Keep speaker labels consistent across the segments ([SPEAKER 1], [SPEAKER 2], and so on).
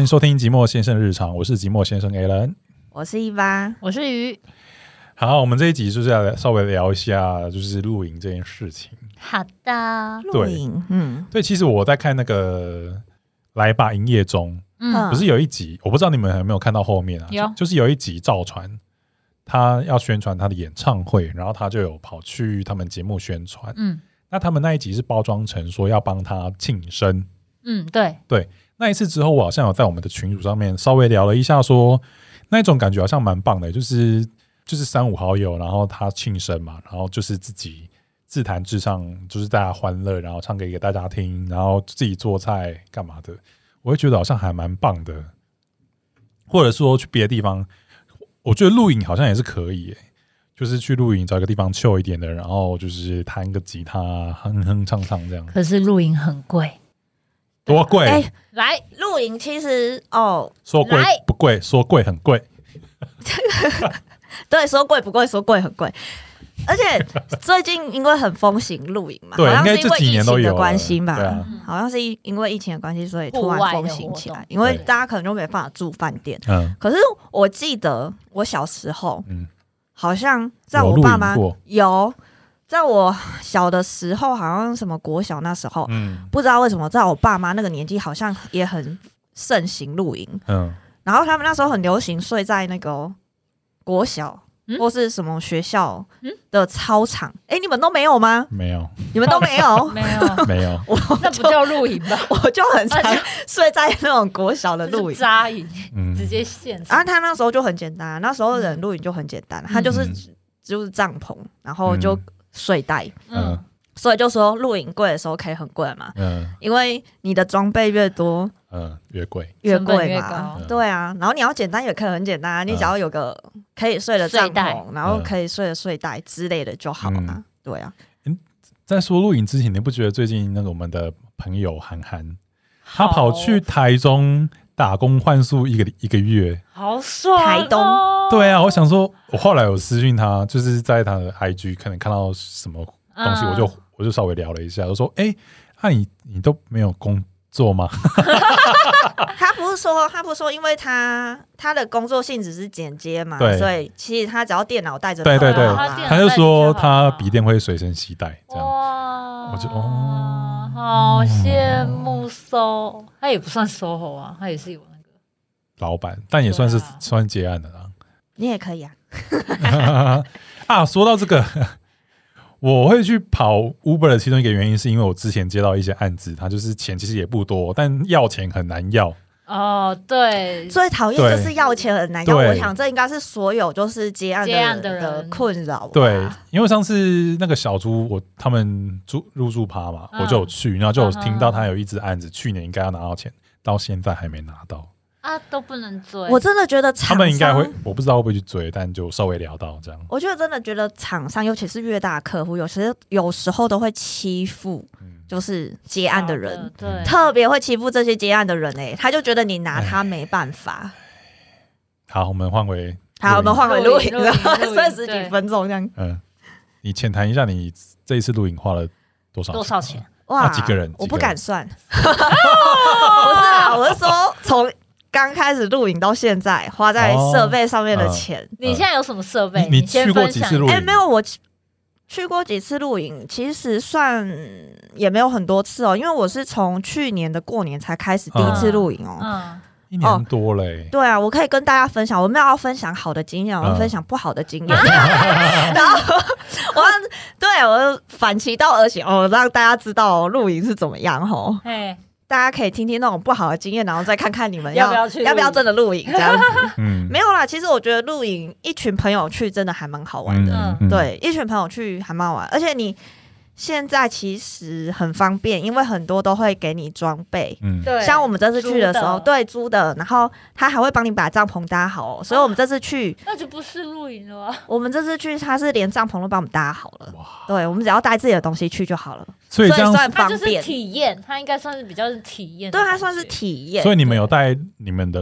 [SPEAKER 1] 迎收听《寂寞先生日常》，我是寂寞先生 a l a n
[SPEAKER 2] 我是一八，
[SPEAKER 3] 我是鱼。
[SPEAKER 1] 好，我们这一集就是要稍微聊一下，就是露营这件事情。
[SPEAKER 3] 好的，
[SPEAKER 2] 露营，嗯
[SPEAKER 1] 对，其实我在看那个《来吧营业中》，
[SPEAKER 2] 嗯
[SPEAKER 1] 不是有一集，我不知道你们有没有看到后面啊？
[SPEAKER 3] 有
[SPEAKER 1] 就就是有一集赵传他要宣传他的演唱会，然后他就有跑去他们节目宣传。
[SPEAKER 3] 嗯
[SPEAKER 1] 那他们那一集是包装成说要帮他庆生。
[SPEAKER 3] 嗯，对，
[SPEAKER 1] 那一次之后，我好像有在我们的群组上面稍微聊了一下说那一种感觉好像蛮棒的，就是就是三五好友，然后他庆生嘛，然后就是自己自弹自唱，就是大家欢乐，然后唱歌给大家听，然后自己做菜干嘛的，我会觉得好像还蛮棒的。或者说去别的地方，我觉得露营好像也是可以、耶就是去露营找一个地方 chill 一点的，然后就是弹个吉他，哼哼唱唱这样，
[SPEAKER 3] 可是露营很贵。
[SPEAKER 1] 多贵？
[SPEAKER 2] 哎、
[SPEAKER 3] 来，
[SPEAKER 2] 露营其实哦，
[SPEAKER 1] 说贵
[SPEAKER 3] 来
[SPEAKER 1] 不贵？说贵很贵。
[SPEAKER 2] 对，说贵不贵，说贵很贵。而且最近因为很风行露营嘛，
[SPEAKER 1] 对
[SPEAKER 2] 好像是
[SPEAKER 1] 应该
[SPEAKER 2] 因
[SPEAKER 1] 这
[SPEAKER 2] 为
[SPEAKER 1] 几
[SPEAKER 2] 疫
[SPEAKER 1] 年都
[SPEAKER 2] 情
[SPEAKER 1] 有
[SPEAKER 2] 的
[SPEAKER 1] 了
[SPEAKER 2] 关系吧，
[SPEAKER 1] 对啊
[SPEAKER 2] 好像是因为疫情的关系，所以
[SPEAKER 3] 户
[SPEAKER 2] 突
[SPEAKER 3] 外
[SPEAKER 2] 然
[SPEAKER 3] 的
[SPEAKER 2] 风行起
[SPEAKER 3] 活
[SPEAKER 2] 来
[SPEAKER 3] 动，
[SPEAKER 2] 因为
[SPEAKER 1] 对
[SPEAKER 2] 大家可能就没办法住饭店。
[SPEAKER 1] 嗯，
[SPEAKER 2] 可是我记得我小时候，
[SPEAKER 1] 嗯
[SPEAKER 2] 好像在
[SPEAKER 1] 有
[SPEAKER 2] 我
[SPEAKER 1] 露
[SPEAKER 2] 爸
[SPEAKER 1] 营
[SPEAKER 2] 妈
[SPEAKER 1] 过
[SPEAKER 2] 有，在我小的时候，好像什么国小那时候，
[SPEAKER 1] 嗯
[SPEAKER 2] 不知道为什么，在我爸妈那个年纪，好像也很盛行露营。
[SPEAKER 1] 嗯，
[SPEAKER 2] 然后他们那时候很流行睡在那个国小、
[SPEAKER 3] 嗯
[SPEAKER 2] 或是什么学校
[SPEAKER 3] 嗯
[SPEAKER 2] 的操场。哎、你们都没有 吗？
[SPEAKER 1] 没有
[SPEAKER 2] 你们都没有？
[SPEAKER 3] 哦没有，啊
[SPEAKER 1] 没有，
[SPEAKER 2] 我
[SPEAKER 3] 那不叫露营 吧？
[SPEAKER 2] 我就很常
[SPEAKER 3] 而
[SPEAKER 2] 睡在那种国小的露
[SPEAKER 3] 露
[SPEAKER 2] 营。
[SPEAKER 3] 扎营，啊
[SPEAKER 1] 嗯，
[SPEAKER 3] 直接现
[SPEAKER 2] 然
[SPEAKER 3] 场。
[SPEAKER 2] 后他那时候就很简单，啊那时候人露营就很简
[SPEAKER 3] 嗯
[SPEAKER 2] 单，他就是、就是帐篷，然后就
[SPEAKER 1] 嗯
[SPEAKER 2] 睡袋。
[SPEAKER 1] 嗯
[SPEAKER 2] 所以就说露营贵的时候可以很贵嘛，
[SPEAKER 1] 嗯
[SPEAKER 2] 因为你的装备越多
[SPEAKER 1] 嗯，越贵，
[SPEAKER 2] 越
[SPEAKER 3] 成本
[SPEAKER 2] 贵
[SPEAKER 3] 越
[SPEAKER 2] 嘛
[SPEAKER 1] 高。
[SPEAKER 2] 对啊，然后你要简单也可以很简单啊，你
[SPEAKER 1] 嗯
[SPEAKER 2] 只要有个可以睡的帐
[SPEAKER 3] 睡袋
[SPEAKER 2] 篷，然后可以睡的睡袋之类的就好
[SPEAKER 1] 嗯
[SPEAKER 2] 啦。 对啊，
[SPEAKER 1] 在说露营之前，你不觉得最近那个我们的朋友韩寒，他跑去
[SPEAKER 3] 哦
[SPEAKER 1] 台中打工换宿一个一个月？
[SPEAKER 3] 好爽哦，
[SPEAKER 2] 台东
[SPEAKER 1] 对啊，我想说，我后来有私讯他，就是在他的 IG 可能看到什么东西，
[SPEAKER 3] 嗯
[SPEAKER 1] 我就我就稍微聊了一下，我说，哎，那你你都没有工作吗？
[SPEAKER 2] 他不是说他不是说，因为他他的工作性质是剪接嘛，
[SPEAKER 1] 对
[SPEAKER 2] 所以其实他只要电脑带着
[SPEAKER 1] 对对
[SPEAKER 2] 跑就好
[SPEAKER 3] 对
[SPEAKER 2] 啦
[SPEAKER 3] 电脑
[SPEAKER 1] 他就说
[SPEAKER 3] 那就好
[SPEAKER 1] 他
[SPEAKER 3] 了
[SPEAKER 1] 笔电会随身携带，这样
[SPEAKER 3] 哇，
[SPEAKER 1] 我就哦
[SPEAKER 3] 好羡慕 SO，他也不算 SOHO 啊，他也是有那个，
[SPEAKER 1] 老板，但也算是
[SPEAKER 3] 对啊
[SPEAKER 1] 算结案的啦。
[SPEAKER 2] 你也可以啊。
[SPEAKER 1] 啊，说到这个，我会去跑 Uber 的其中一个原因，是因为我之前接到一些案子，它就是钱其实也不多，但要钱很难要。
[SPEAKER 3] 哦，对，
[SPEAKER 2] 最讨厌
[SPEAKER 1] 对
[SPEAKER 2] 就是要钱很难要，
[SPEAKER 1] 对
[SPEAKER 2] 我想这应该是所有就是接案
[SPEAKER 3] 接案
[SPEAKER 2] 的
[SPEAKER 3] 的人
[SPEAKER 2] 的困扰吧。
[SPEAKER 1] 对，因为上次那个小猪，我他们住入住趴嘛，
[SPEAKER 3] 嗯
[SPEAKER 1] 我就有去，然后就有
[SPEAKER 3] 嗯嗯
[SPEAKER 1] 听到他有一只案子，去年应该要拿到钱，到现在还没拿到。
[SPEAKER 3] 啊，都不能追，
[SPEAKER 2] 我真的觉得厂
[SPEAKER 1] 他
[SPEAKER 2] 商
[SPEAKER 1] 们应该会，我不知道会不会去追，但就稍微聊到这样。
[SPEAKER 2] 我觉得真的觉得厂商，尤其是越大客户，有时有时候都会欺负，
[SPEAKER 1] 嗯
[SPEAKER 2] 就是接案的人，
[SPEAKER 3] 哦对，
[SPEAKER 2] 特别会欺负这些接案的人诶、他就觉得你拿他没办法。
[SPEAKER 1] 好，我们换回
[SPEAKER 2] 好，我们换回录影，
[SPEAKER 3] 录影录
[SPEAKER 2] 然
[SPEAKER 3] 影
[SPEAKER 2] 后
[SPEAKER 3] 录影
[SPEAKER 2] 剩十
[SPEAKER 3] 对
[SPEAKER 2] 几分钟这样。
[SPEAKER 1] 嗯，你浅谈一下你这一次录影花了多少
[SPEAKER 3] 多少钱？
[SPEAKER 2] 哇，
[SPEAKER 1] 啊几个人
[SPEAKER 2] 我
[SPEAKER 1] 几
[SPEAKER 2] 不
[SPEAKER 1] 个
[SPEAKER 2] 敢
[SPEAKER 1] 人
[SPEAKER 2] 算。不是啊，我是说从刚开始录影到现在，花在
[SPEAKER 1] 哦
[SPEAKER 2] 设备上面的钱。
[SPEAKER 3] 你现在有什么设备？
[SPEAKER 1] 你你
[SPEAKER 3] 先
[SPEAKER 1] 去过
[SPEAKER 3] 分
[SPEAKER 1] 几
[SPEAKER 3] 享
[SPEAKER 1] 次
[SPEAKER 3] 一
[SPEAKER 1] 露哦
[SPEAKER 3] 下
[SPEAKER 2] 哎、
[SPEAKER 1] 影
[SPEAKER 2] 没有，我去去过几次露营，其实算也没有很多次哦，因为我是从去年的过年才开始第一
[SPEAKER 1] 啊
[SPEAKER 2] 次露营哦。
[SPEAKER 3] 嗯，
[SPEAKER 1] 一年多嘞、
[SPEAKER 2] 对啊，我可以跟大家分享，我没有要分享好的经验，我要
[SPEAKER 1] 嗯
[SPEAKER 2] 分享不好的经验。 然后我要对我反其道而行哦，让大家知道露营是怎么样哦。
[SPEAKER 3] 嘿，
[SPEAKER 2] 大家可以听听那种不好的经验，然后再看看你们
[SPEAKER 3] 要
[SPEAKER 2] 要
[SPEAKER 3] 不要去露营
[SPEAKER 2] 要不要真的露营这样 子。
[SPEAKER 1] 嗯，
[SPEAKER 2] 没有啦，其实我觉得露营一群朋友去真的还蛮好玩的。
[SPEAKER 3] 嗯
[SPEAKER 1] 嗯，
[SPEAKER 2] 对，一群朋友去还蛮好玩，而且你现在其实很方便，因为很多都会给你装备。
[SPEAKER 1] 嗯，
[SPEAKER 3] 对，
[SPEAKER 2] 像我们这次去的时候，
[SPEAKER 3] 租的，
[SPEAKER 2] 对租的，然后他还会帮你把帐篷搭好、哦，所以我们这次去，
[SPEAKER 3] 那就不是露营了啊。
[SPEAKER 2] 我们这次去他是连帐篷都帮我们搭好了，
[SPEAKER 1] 哇，
[SPEAKER 2] 对我们只要带自己的东西去就好了，
[SPEAKER 1] 所以
[SPEAKER 2] 所
[SPEAKER 1] 这样
[SPEAKER 2] 以，算
[SPEAKER 3] 它
[SPEAKER 2] 方
[SPEAKER 3] 就是
[SPEAKER 2] 便。
[SPEAKER 3] 体验，它应该算是比较是体验的
[SPEAKER 2] 对，
[SPEAKER 3] 感觉，
[SPEAKER 2] 它算是体验
[SPEAKER 1] 所。以你们有带你们的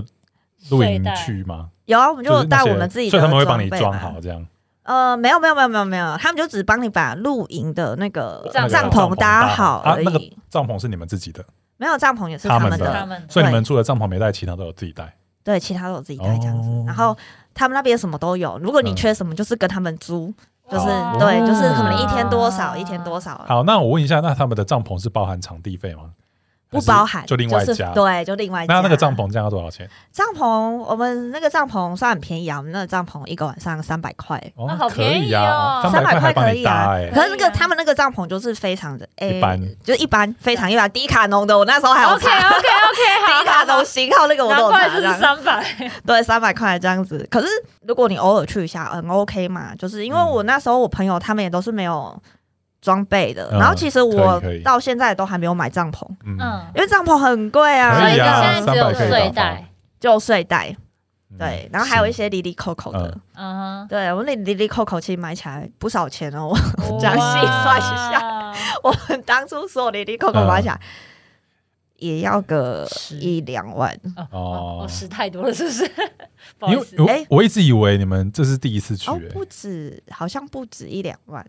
[SPEAKER 1] 露营
[SPEAKER 3] 睡袋
[SPEAKER 1] 去吗？
[SPEAKER 2] 有啊，我们就有
[SPEAKER 1] 是那
[SPEAKER 2] 带
[SPEAKER 1] 些
[SPEAKER 2] 我们自己的，
[SPEAKER 1] 所以他们会帮你装好。这样。
[SPEAKER 2] 呃，没有没有没有没有没有，他们就只帮你把露营的那个
[SPEAKER 3] 帐篷
[SPEAKER 2] 篷搭好
[SPEAKER 1] 啊
[SPEAKER 2] 而已。
[SPEAKER 1] 那个帐篷是你们自己的，
[SPEAKER 2] 没有帐篷也是
[SPEAKER 1] 他
[SPEAKER 2] 他
[SPEAKER 1] 们
[SPEAKER 2] 们
[SPEAKER 1] 的
[SPEAKER 3] 他
[SPEAKER 2] 的，
[SPEAKER 3] 们
[SPEAKER 1] 所以你
[SPEAKER 2] 对
[SPEAKER 1] 们除了帐篷没带，其他都有自己带。
[SPEAKER 2] 对，其他都有自己带这样子。
[SPEAKER 1] 哦
[SPEAKER 2] 然后他们那边什么都有，如果你
[SPEAKER 1] 嗯
[SPEAKER 2] 缺什么，就是跟他们租，就是
[SPEAKER 3] 哇
[SPEAKER 2] 对，就是可能一天多少，一天多少，
[SPEAKER 1] 哦好，那我问一下，那他们的帐篷是包含场地费吗？
[SPEAKER 2] 不
[SPEAKER 1] 还是
[SPEAKER 2] 包含，
[SPEAKER 1] 就另外
[SPEAKER 2] 是
[SPEAKER 1] 加。
[SPEAKER 2] 对，就另外加。
[SPEAKER 1] 那那个帐篷这样要多少钱？
[SPEAKER 2] 帐篷，我们那个帐篷算很便宜啊，我们那个帐篷一个晚上三百块，
[SPEAKER 1] 哦
[SPEAKER 3] 啊好
[SPEAKER 1] 可以
[SPEAKER 3] 便宜哦
[SPEAKER 1] 三百还
[SPEAKER 2] 300块
[SPEAKER 1] 帮
[SPEAKER 2] 可
[SPEAKER 1] 你
[SPEAKER 2] 以啊
[SPEAKER 1] 搭哎，
[SPEAKER 2] 可是那
[SPEAKER 3] 可以
[SPEAKER 2] 个
[SPEAKER 3] 啊
[SPEAKER 2] 他们那个帐篷就是非常的诶，
[SPEAKER 1] 一般
[SPEAKER 2] 就是一般，非常一般，迪卡侬的，我那时候还有
[SPEAKER 3] OK
[SPEAKER 2] 查。
[SPEAKER 3] OK OK，好
[SPEAKER 2] 迪卡
[SPEAKER 3] 好
[SPEAKER 2] 侬型号那哎个我都有
[SPEAKER 3] 难怪
[SPEAKER 2] 查，
[SPEAKER 3] 就
[SPEAKER 2] 这
[SPEAKER 3] 是
[SPEAKER 2] 样
[SPEAKER 3] 三百，
[SPEAKER 2] 对三百块这样子。可是如果你偶尔去一下，很 OK 嘛。就是因为
[SPEAKER 1] 嗯
[SPEAKER 2] 我那时候我朋友他们也都是没有装备的，
[SPEAKER 1] 嗯
[SPEAKER 2] 然后其实我
[SPEAKER 1] 可以可以
[SPEAKER 2] 到现在都还没有买帐篷，
[SPEAKER 1] 嗯，
[SPEAKER 3] 嗯，
[SPEAKER 2] 因为帐篷很贵
[SPEAKER 1] 可
[SPEAKER 2] 啊，
[SPEAKER 1] 以啊
[SPEAKER 3] 所以你现在只
[SPEAKER 1] 300
[SPEAKER 3] 有
[SPEAKER 1] 可以
[SPEAKER 3] 睡
[SPEAKER 1] 打
[SPEAKER 3] 袋，
[SPEAKER 2] 就睡袋，
[SPEAKER 1] 嗯
[SPEAKER 2] 对，然后还有一
[SPEAKER 1] 是
[SPEAKER 2] 些里里扣扣的
[SPEAKER 1] 嗯，
[SPEAKER 3] 嗯哼，
[SPEAKER 2] 对我那里里扣扣其实买起来不少钱哦。
[SPEAKER 1] 这样
[SPEAKER 2] 细算一下
[SPEAKER 3] 哇，
[SPEAKER 2] 我们当初所有的里
[SPEAKER 1] 嗯
[SPEAKER 2] 扣扣买起来，也要个
[SPEAKER 3] 十
[SPEAKER 2] 一两万。
[SPEAKER 1] 哦
[SPEAKER 3] 哦，我吃太多了，是不 是？不好
[SPEAKER 1] 因
[SPEAKER 3] 意
[SPEAKER 1] 为
[SPEAKER 3] 思，
[SPEAKER 2] 哎
[SPEAKER 1] 我我一直以为你们这是第一次去，
[SPEAKER 2] 哦
[SPEAKER 1] 哎，
[SPEAKER 2] 不止，好像不止一两万，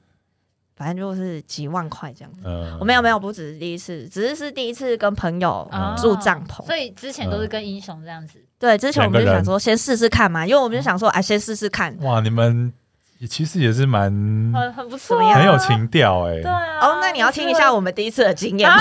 [SPEAKER 2] 反正就是几万块这样子。哦
[SPEAKER 1] 嗯
[SPEAKER 2] 我没有没有，不止第一次，只是是第一次跟朋友
[SPEAKER 3] 嗯
[SPEAKER 1] 啊
[SPEAKER 2] 住帐篷。
[SPEAKER 3] 所以之前都是跟英雄这样子，
[SPEAKER 2] 对，之前我们就
[SPEAKER 1] 两个人
[SPEAKER 2] 想说先试试看嘛，因为我
[SPEAKER 1] 嗯
[SPEAKER 2] 们就想说，哎、先试试看。
[SPEAKER 1] 哇，你们也其实也是蛮
[SPEAKER 3] 很很不
[SPEAKER 2] 怎
[SPEAKER 3] 错
[SPEAKER 2] 么样
[SPEAKER 3] 啊，
[SPEAKER 1] 很有情调哎
[SPEAKER 3] 对，啊。
[SPEAKER 2] 哦，那你要听一下
[SPEAKER 3] 我，
[SPEAKER 2] 我们第一次的经验吗，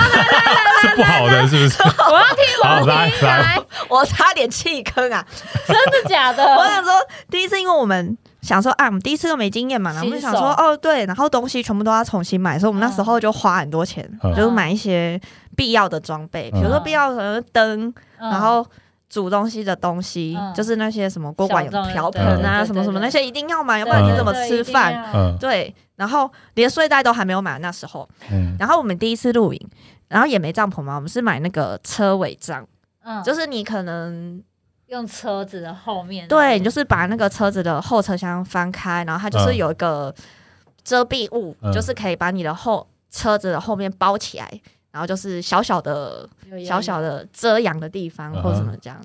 [SPEAKER 1] 是不好的，是不是？
[SPEAKER 3] 我要听，我
[SPEAKER 1] 好
[SPEAKER 3] 要
[SPEAKER 1] 来
[SPEAKER 3] 听，
[SPEAKER 1] 来
[SPEAKER 3] 来，
[SPEAKER 2] 我差点弃坑啊！
[SPEAKER 3] 真的假
[SPEAKER 2] 我
[SPEAKER 3] 的？
[SPEAKER 2] 想说，第一次因为我们想说啊，我们第一次都没经验嘛，然后我们就想说
[SPEAKER 3] 新手
[SPEAKER 2] 哦对，然后东西全部都要重新买，所以我们那时候就花很多钱，
[SPEAKER 1] 嗯
[SPEAKER 2] 就是买一些必要的装备，比如说
[SPEAKER 3] 嗯
[SPEAKER 2] 必要的灯，
[SPEAKER 3] 嗯
[SPEAKER 2] 然后。煮东西的东西，
[SPEAKER 3] 嗯
[SPEAKER 2] 就是那些什么锅碗有
[SPEAKER 3] 小众的
[SPEAKER 2] 瓢盆
[SPEAKER 3] 对
[SPEAKER 2] 啊，
[SPEAKER 3] 对
[SPEAKER 2] 什么什么
[SPEAKER 3] 对对
[SPEAKER 2] 那些一定要买，要
[SPEAKER 3] 对
[SPEAKER 2] 不然
[SPEAKER 1] 嗯
[SPEAKER 2] 你怎么吃饭？？
[SPEAKER 1] 嗯
[SPEAKER 2] 对，然后连睡袋都还没有买那时候，
[SPEAKER 1] 嗯，
[SPEAKER 2] 然后我们第一次露营，然后也没帐篷嘛，我们是买那个车尾帐，
[SPEAKER 3] 嗯，
[SPEAKER 2] 就是是你可能
[SPEAKER 3] 用车子的后面，
[SPEAKER 2] 对，你就是把那个车子的后车厢翻开，然后它就是
[SPEAKER 1] 嗯
[SPEAKER 2] 有一个遮蔽物，
[SPEAKER 1] 嗯
[SPEAKER 2] 就是可以把你的后车子的后面包起来，然后就是小小的、
[SPEAKER 3] 有有
[SPEAKER 2] 小小的遮阳的地方
[SPEAKER 1] 嗯哼
[SPEAKER 2] 或者什么这样。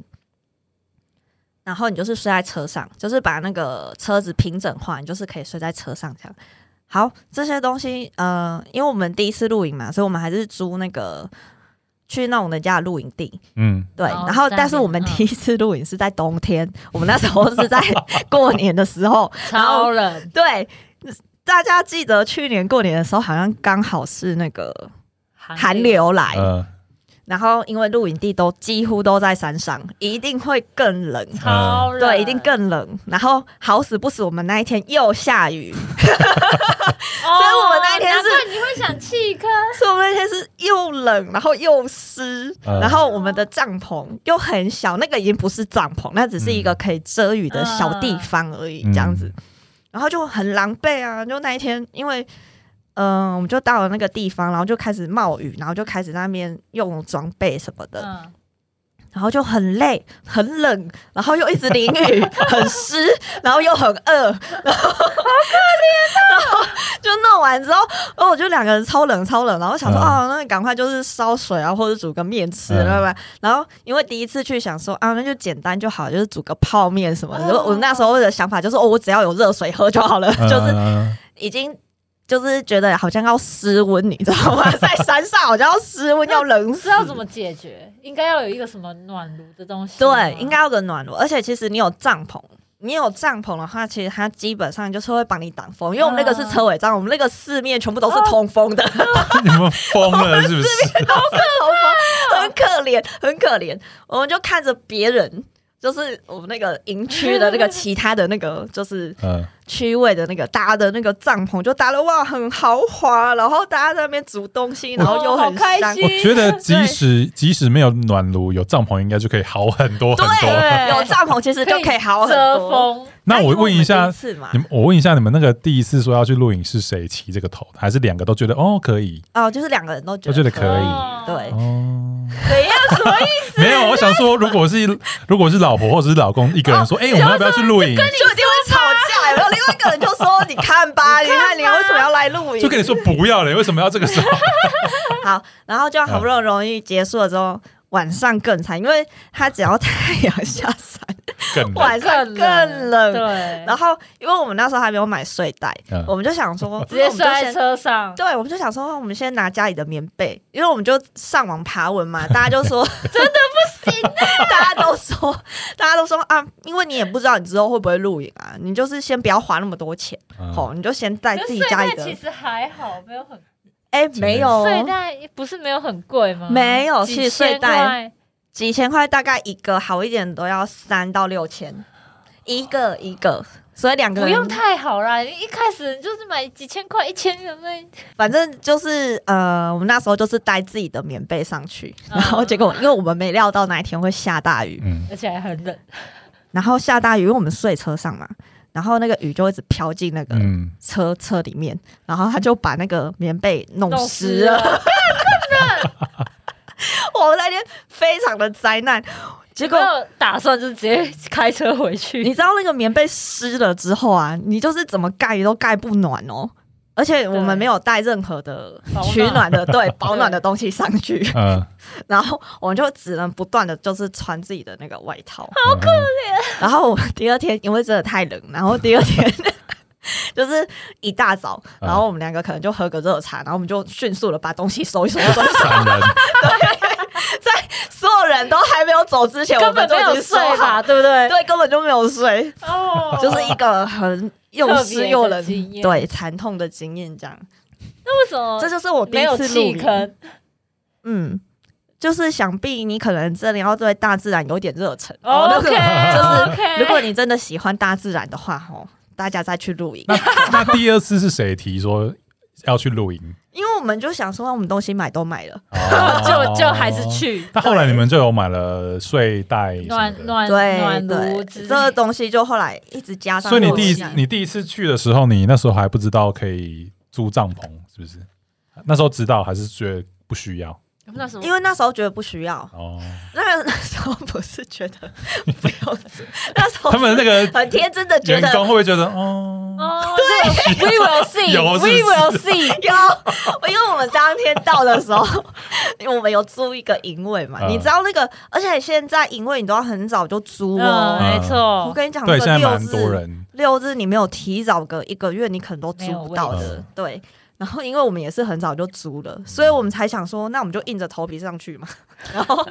[SPEAKER 2] 然后你就是睡在车上，就是把那个车子平整化，你就是可以睡在车上这样。好，这些东西，呃，因为我们第一次露营嘛，所以我们还是租那个去那种人家的露营地，
[SPEAKER 1] 嗯，
[SPEAKER 2] 对，
[SPEAKER 3] 哦
[SPEAKER 2] 然后
[SPEAKER 3] 在那
[SPEAKER 2] 但是
[SPEAKER 3] 边
[SPEAKER 2] 我们
[SPEAKER 3] 嗯
[SPEAKER 2] 第一次录影是在冬天，我们那时候 是在过年的时候，
[SPEAKER 3] 超人
[SPEAKER 2] 对，大家记得去年过年的时候好像刚好是那个寒，流来，
[SPEAKER 1] 呃，
[SPEAKER 2] 然后因为露营地都几乎都在山上，一定会更冷。
[SPEAKER 1] 嗯
[SPEAKER 3] 超人
[SPEAKER 2] 对，一定更冷。然后好死不死，我们那一天又下雨，
[SPEAKER 3] 哦
[SPEAKER 2] 所以我们那一天是
[SPEAKER 3] 难怪你会想 弃坑，
[SPEAKER 2] 所以我们那天是又冷，然后又湿，
[SPEAKER 1] 嗯
[SPEAKER 2] 然后我们的帐篷又很小，那个已经不是帐篷，那只是一个可以遮雨的小地方而已，
[SPEAKER 1] 嗯
[SPEAKER 2] 这样子，然后就很狼狈啊！就那一天，因为嗯、呃我们就到了那个地方，然后就开始冒雨，然后就开始在那边用装备什么的，
[SPEAKER 3] 嗯，
[SPEAKER 2] 然后就很累、很冷，然后又一直淋雨，很湿，然后又很饿，然后好可怜、然后就弄完之后，然后我就两个人超冷超冷，然后想说、
[SPEAKER 1] 嗯
[SPEAKER 2] 哦，那赶快就是烧水啊，或者煮个面吃，
[SPEAKER 1] 嗯
[SPEAKER 2] 对吧、然后因为第一次去想说啊，那就简单就好，就是煮个泡面什么的。
[SPEAKER 3] 哦
[SPEAKER 2] 我那时候的想法就是哦，我只要有热水喝就好了，
[SPEAKER 1] 啊
[SPEAKER 2] 就是
[SPEAKER 1] 是
[SPEAKER 2] 已经。就是觉得好像要失温，你知道吗？在山上好像要失温，要冷
[SPEAKER 3] 不
[SPEAKER 2] 死。
[SPEAKER 3] 知道怎么解决，应该要有一个什么暖炉的东西吗，
[SPEAKER 2] 对，应该要个暖炉，而且其实你有帐篷。你有帐篷的话，其实它基本上就是会帮你挡风，因为我们那个是车尾帐，我们那个四面全部都是通风 的，通
[SPEAKER 1] 你们疯了是不是？
[SPEAKER 2] 风很可怜，很可怜。我们就看着别人，就是我们那个营区的那个其他的那个就是
[SPEAKER 1] 嗯，
[SPEAKER 2] 区位的那个搭的那个帐篷，就搭的哇很豪华，然后大家在那边煮东西，然后又
[SPEAKER 3] 哦好
[SPEAKER 2] 很
[SPEAKER 3] 开
[SPEAKER 2] 香
[SPEAKER 3] 心
[SPEAKER 1] 我觉得即使即使没有暖炉，有帐篷应该就可以好很多很多。
[SPEAKER 2] 对，有帐篷其实就可以好很
[SPEAKER 3] 遮
[SPEAKER 2] 多。
[SPEAKER 3] 风，
[SPEAKER 1] 那我
[SPEAKER 2] 因为
[SPEAKER 1] 问一
[SPEAKER 2] 哎们
[SPEAKER 1] 下
[SPEAKER 2] 第，次嘛
[SPEAKER 1] 你们我问一下，你们那个第一次说要去录影是谁起这个头？还是两个都觉得哦可以？
[SPEAKER 2] 哦，就是两个人都觉
[SPEAKER 1] 我觉得
[SPEAKER 2] 得
[SPEAKER 1] 可以
[SPEAKER 3] 哦
[SPEAKER 2] 对
[SPEAKER 1] 哦，
[SPEAKER 2] 怎样？
[SPEAKER 1] 没有，我想说，如果是如果是老婆或者是老公一个
[SPEAKER 3] 哦
[SPEAKER 1] 人说，哎，我们要不要去露营？
[SPEAKER 2] 就一定会吵架。
[SPEAKER 3] 啊
[SPEAKER 2] 然后另外一个人就说：“你看 吧，你看你为什么要来露营？”
[SPEAKER 1] 就跟你说不要了，为什么要这个时候？
[SPEAKER 2] 好，然后就好不容易结束了之后，晚上更惨，因为他只要太阳下山，
[SPEAKER 1] 更冷
[SPEAKER 2] 晚上更冷。
[SPEAKER 3] 对，
[SPEAKER 2] 然后，因为我们那时候还没有买睡袋，
[SPEAKER 1] 嗯
[SPEAKER 3] 哦
[SPEAKER 2] 我们就想说，
[SPEAKER 3] 直接
[SPEAKER 2] 我们就
[SPEAKER 3] 睡在
[SPEAKER 2] 先
[SPEAKER 3] 车上，
[SPEAKER 2] 对，我们就想说，我们先拿家里的棉被，因为我们就上网爬文 嘛，大家就说真的不行，
[SPEAKER 3] 啊
[SPEAKER 2] 大家都说，大家都说啊，因为你也不知道你之后会不会露营啊，你就是先不要花那么多钱，
[SPEAKER 1] 嗯
[SPEAKER 2] 哦，你就先带
[SPEAKER 3] 可
[SPEAKER 2] 自
[SPEAKER 3] 是
[SPEAKER 2] 己
[SPEAKER 3] 睡
[SPEAKER 2] 家里
[SPEAKER 3] 袋
[SPEAKER 2] 的
[SPEAKER 3] 其，实还好，没有很
[SPEAKER 2] 哎，没有
[SPEAKER 3] 睡
[SPEAKER 2] 哦，
[SPEAKER 3] 袋不是没有很贵吗？
[SPEAKER 2] 没有
[SPEAKER 3] 几
[SPEAKER 2] 其实睡
[SPEAKER 3] 千
[SPEAKER 2] 袋
[SPEAKER 3] 块
[SPEAKER 2] 几千块，大概一个好一点都要三到六千，一个一个，所以两个
[SPEAKER 3] 不
[SPEAKER 2] 人
[SPEAKER 3] 用太好啦，你一开始就是买几千块、一千有没有？
[SPEAKER 2] 反正就是呃，我们那时候就是带自己的棉被上去，
[SPEAKER 3] 嗯
[SPEAKER 2] 然后结果因为我们没料到哪一天会下大雨，
[SPEAKER 1] 嗯，
[SPEAKER 3] 而且还很冷，
[SPEAKER 2] 然后下大雨，因为我们睡车上嘛，然后那个雨就一直飘进那个
[SPEAKER 1] 嗯，
[SPEAKER 2] 车、车里面，然后他就把那个棉被弄
[SPEAKER 3] 弄
[SPEAKER 2] 湿
[SPEAKER 3] 湿
[SPEAKER 2] 了，
[SPEAKER 3] 了。
[SPEAKER 2] 我们那天非常的灾难，结
[SPEAKER 3] 结
[SPEAKER 2] 果
[SPEAKER 3] 果。打算就直接开车回 去
[SPEAKER 2] 你，知道那个棉被湿了之后啊，你就是怎么盖都盖不暖哦，而且我们
[SPEAKER 3] 对
[SPEAKER 2] 没有带任何的
[SPEAKER 3] 保暖
[SPEAKER 2] 取暖的对保暖的东西上去，
[SPEAKER 1] 呃，
[SPEAKER 2] 然后我们就只能不断的就是穿自己的那个外套，
[SPEAKER 1] 好可
[SPEAKER 2] 然后我第二天因为真的太冷，然后第二天 就是一大早，
[SPEAKER 1] 嗯
[SPEAKER 2] 然后我们两个可能就喝个热茶，然后我们就迅速的把东西收一收，收一收
[SPEAKER 1] 感人，
[SPEAKER 2] 所有人都还没有走之前，
[SPEAKER 3] 根本
[SPEAKER 2] 我
[SPEAKER 3] 没
[SPEAKER 2] 们就已
[SPEAKER 3] 有
[SPEAKER 2] 经
[SPEAKER 3] 睡
[SPEAKER 2] 收好
[SPEAKER 3] 吧，，对不对？
[SPEAKER 2] 对，根本就没有睡，
[SPEAKER 3] 哦
[SPEAKER 2] 就是一个很又湿又冷
[SPEAKER 3] 特别的经验
[SPEAKER 2] 对惨痛的经验，这样，
[SPEAKER 3] 那为什么
[SPEAKER 2] 这就是我第
[SPEAKER 3] 没
[SPEAKER 2] 一
[SPEAKER 3] 有
[SPEAKER 2] 次露
[SPEAKER 3] 气
[SPEAKER 2] 营，
[SPEAKER 3] 坑？
[SPEAKER 2] 嗯。就是想必你可能真的要对大自然有点热忱
[SPEAKER 3] 哦
[SPEAKER 2] 那个
[SPEAKER 3] OK，
[SPEAKER 2] 就是
[SPEAKER 3] OK
[SPEAKER 2] 如果你真的喜欢大自然的话，吼，大家再去露营。
[SPEAKER 1] 那那第二次是谁提说要去露 营？
[SPEAKER 2] 因为我们就想说，我们东西买都买了，
[SPEAKER 1] 哦
[SPEAKER 3] 就就还是。去
[SPEAKER 1] 那后来你们就有买了睡袋什么
[SPEAKER 3] 暖
[SPEAKER 1] 的，
[SPEAKER 3] 暖
[SPEAKER 2] 对
[SPEAKER 3] 暖炉之
[SPEAKER 2] 对，
[SPEAKER 3] 类
[SPEAKER 2] 这个东西就后来一直加上
[SPEAKER 1] 所
[SPEAKER 2] 去。
[SPEAKER 1] 以你第一
[SPEAKER 3] 露营
[SPEAKER 1] 你第一次去的时候，你那时候还不知道可以租帐篷，是不是？那时候知道还是觉得不需要
[SPEAKER 3] 那时候
[SPEAKER 2] 因为那时候觉得不需要，
[SPEAKER 1] 哦。
[SPEAKER 2] 那那时候不是觉得不用吃， 那时候
[SPEAKER 1] 他们那个
[SPEAKER 2] 很天真的觉
[SPEAKER 1] 员
[SPEAKER 2] 得
[SPEAKER 1] 工会不会觉得哦？
[SPEAKER 3] 哦，对 ，We will see，
[SPEAKER 1] 有是不是
[SPEAKER 3] We will see，
[SPEAKER 2] 有，因为我们当天到的时候， 因为我们有租一个营位嘛，
[SPEAKER 1] 嗯
[SPEAKER 2] 你知道那个，而且现在营位你都要很早就租
[SPEAKER 3] 嗯，
[SPEAKER 2] 哦。
[SPEAKER 1] 嗯
[SPEAKER 3] 没
[SPEAKER 2] 我
[SPEAKER 3] 错，
[SPEAKER 2] 跟你讲，
[SPEAKER 1] 对，
[SPEAKER 2] 这
[SPEAKER 1] 现在
[SPEAKER 2] 个六
[SPEAKER 1] 蛮多
[SPEAKER 2] 日
[SPEAKER 1] 人，
[SPEAKER 2] 六日你没有提早个一个月，你可能都租不到
[SPEAKER 1] 没有位
[SPEAKER 2] 的
[SPEAKER 1] 置。
[SPEAKER 2] 对，然后因为我们也是很早就租了，所以我们才想说，那我们就硬着头皮上去 嘛。然后，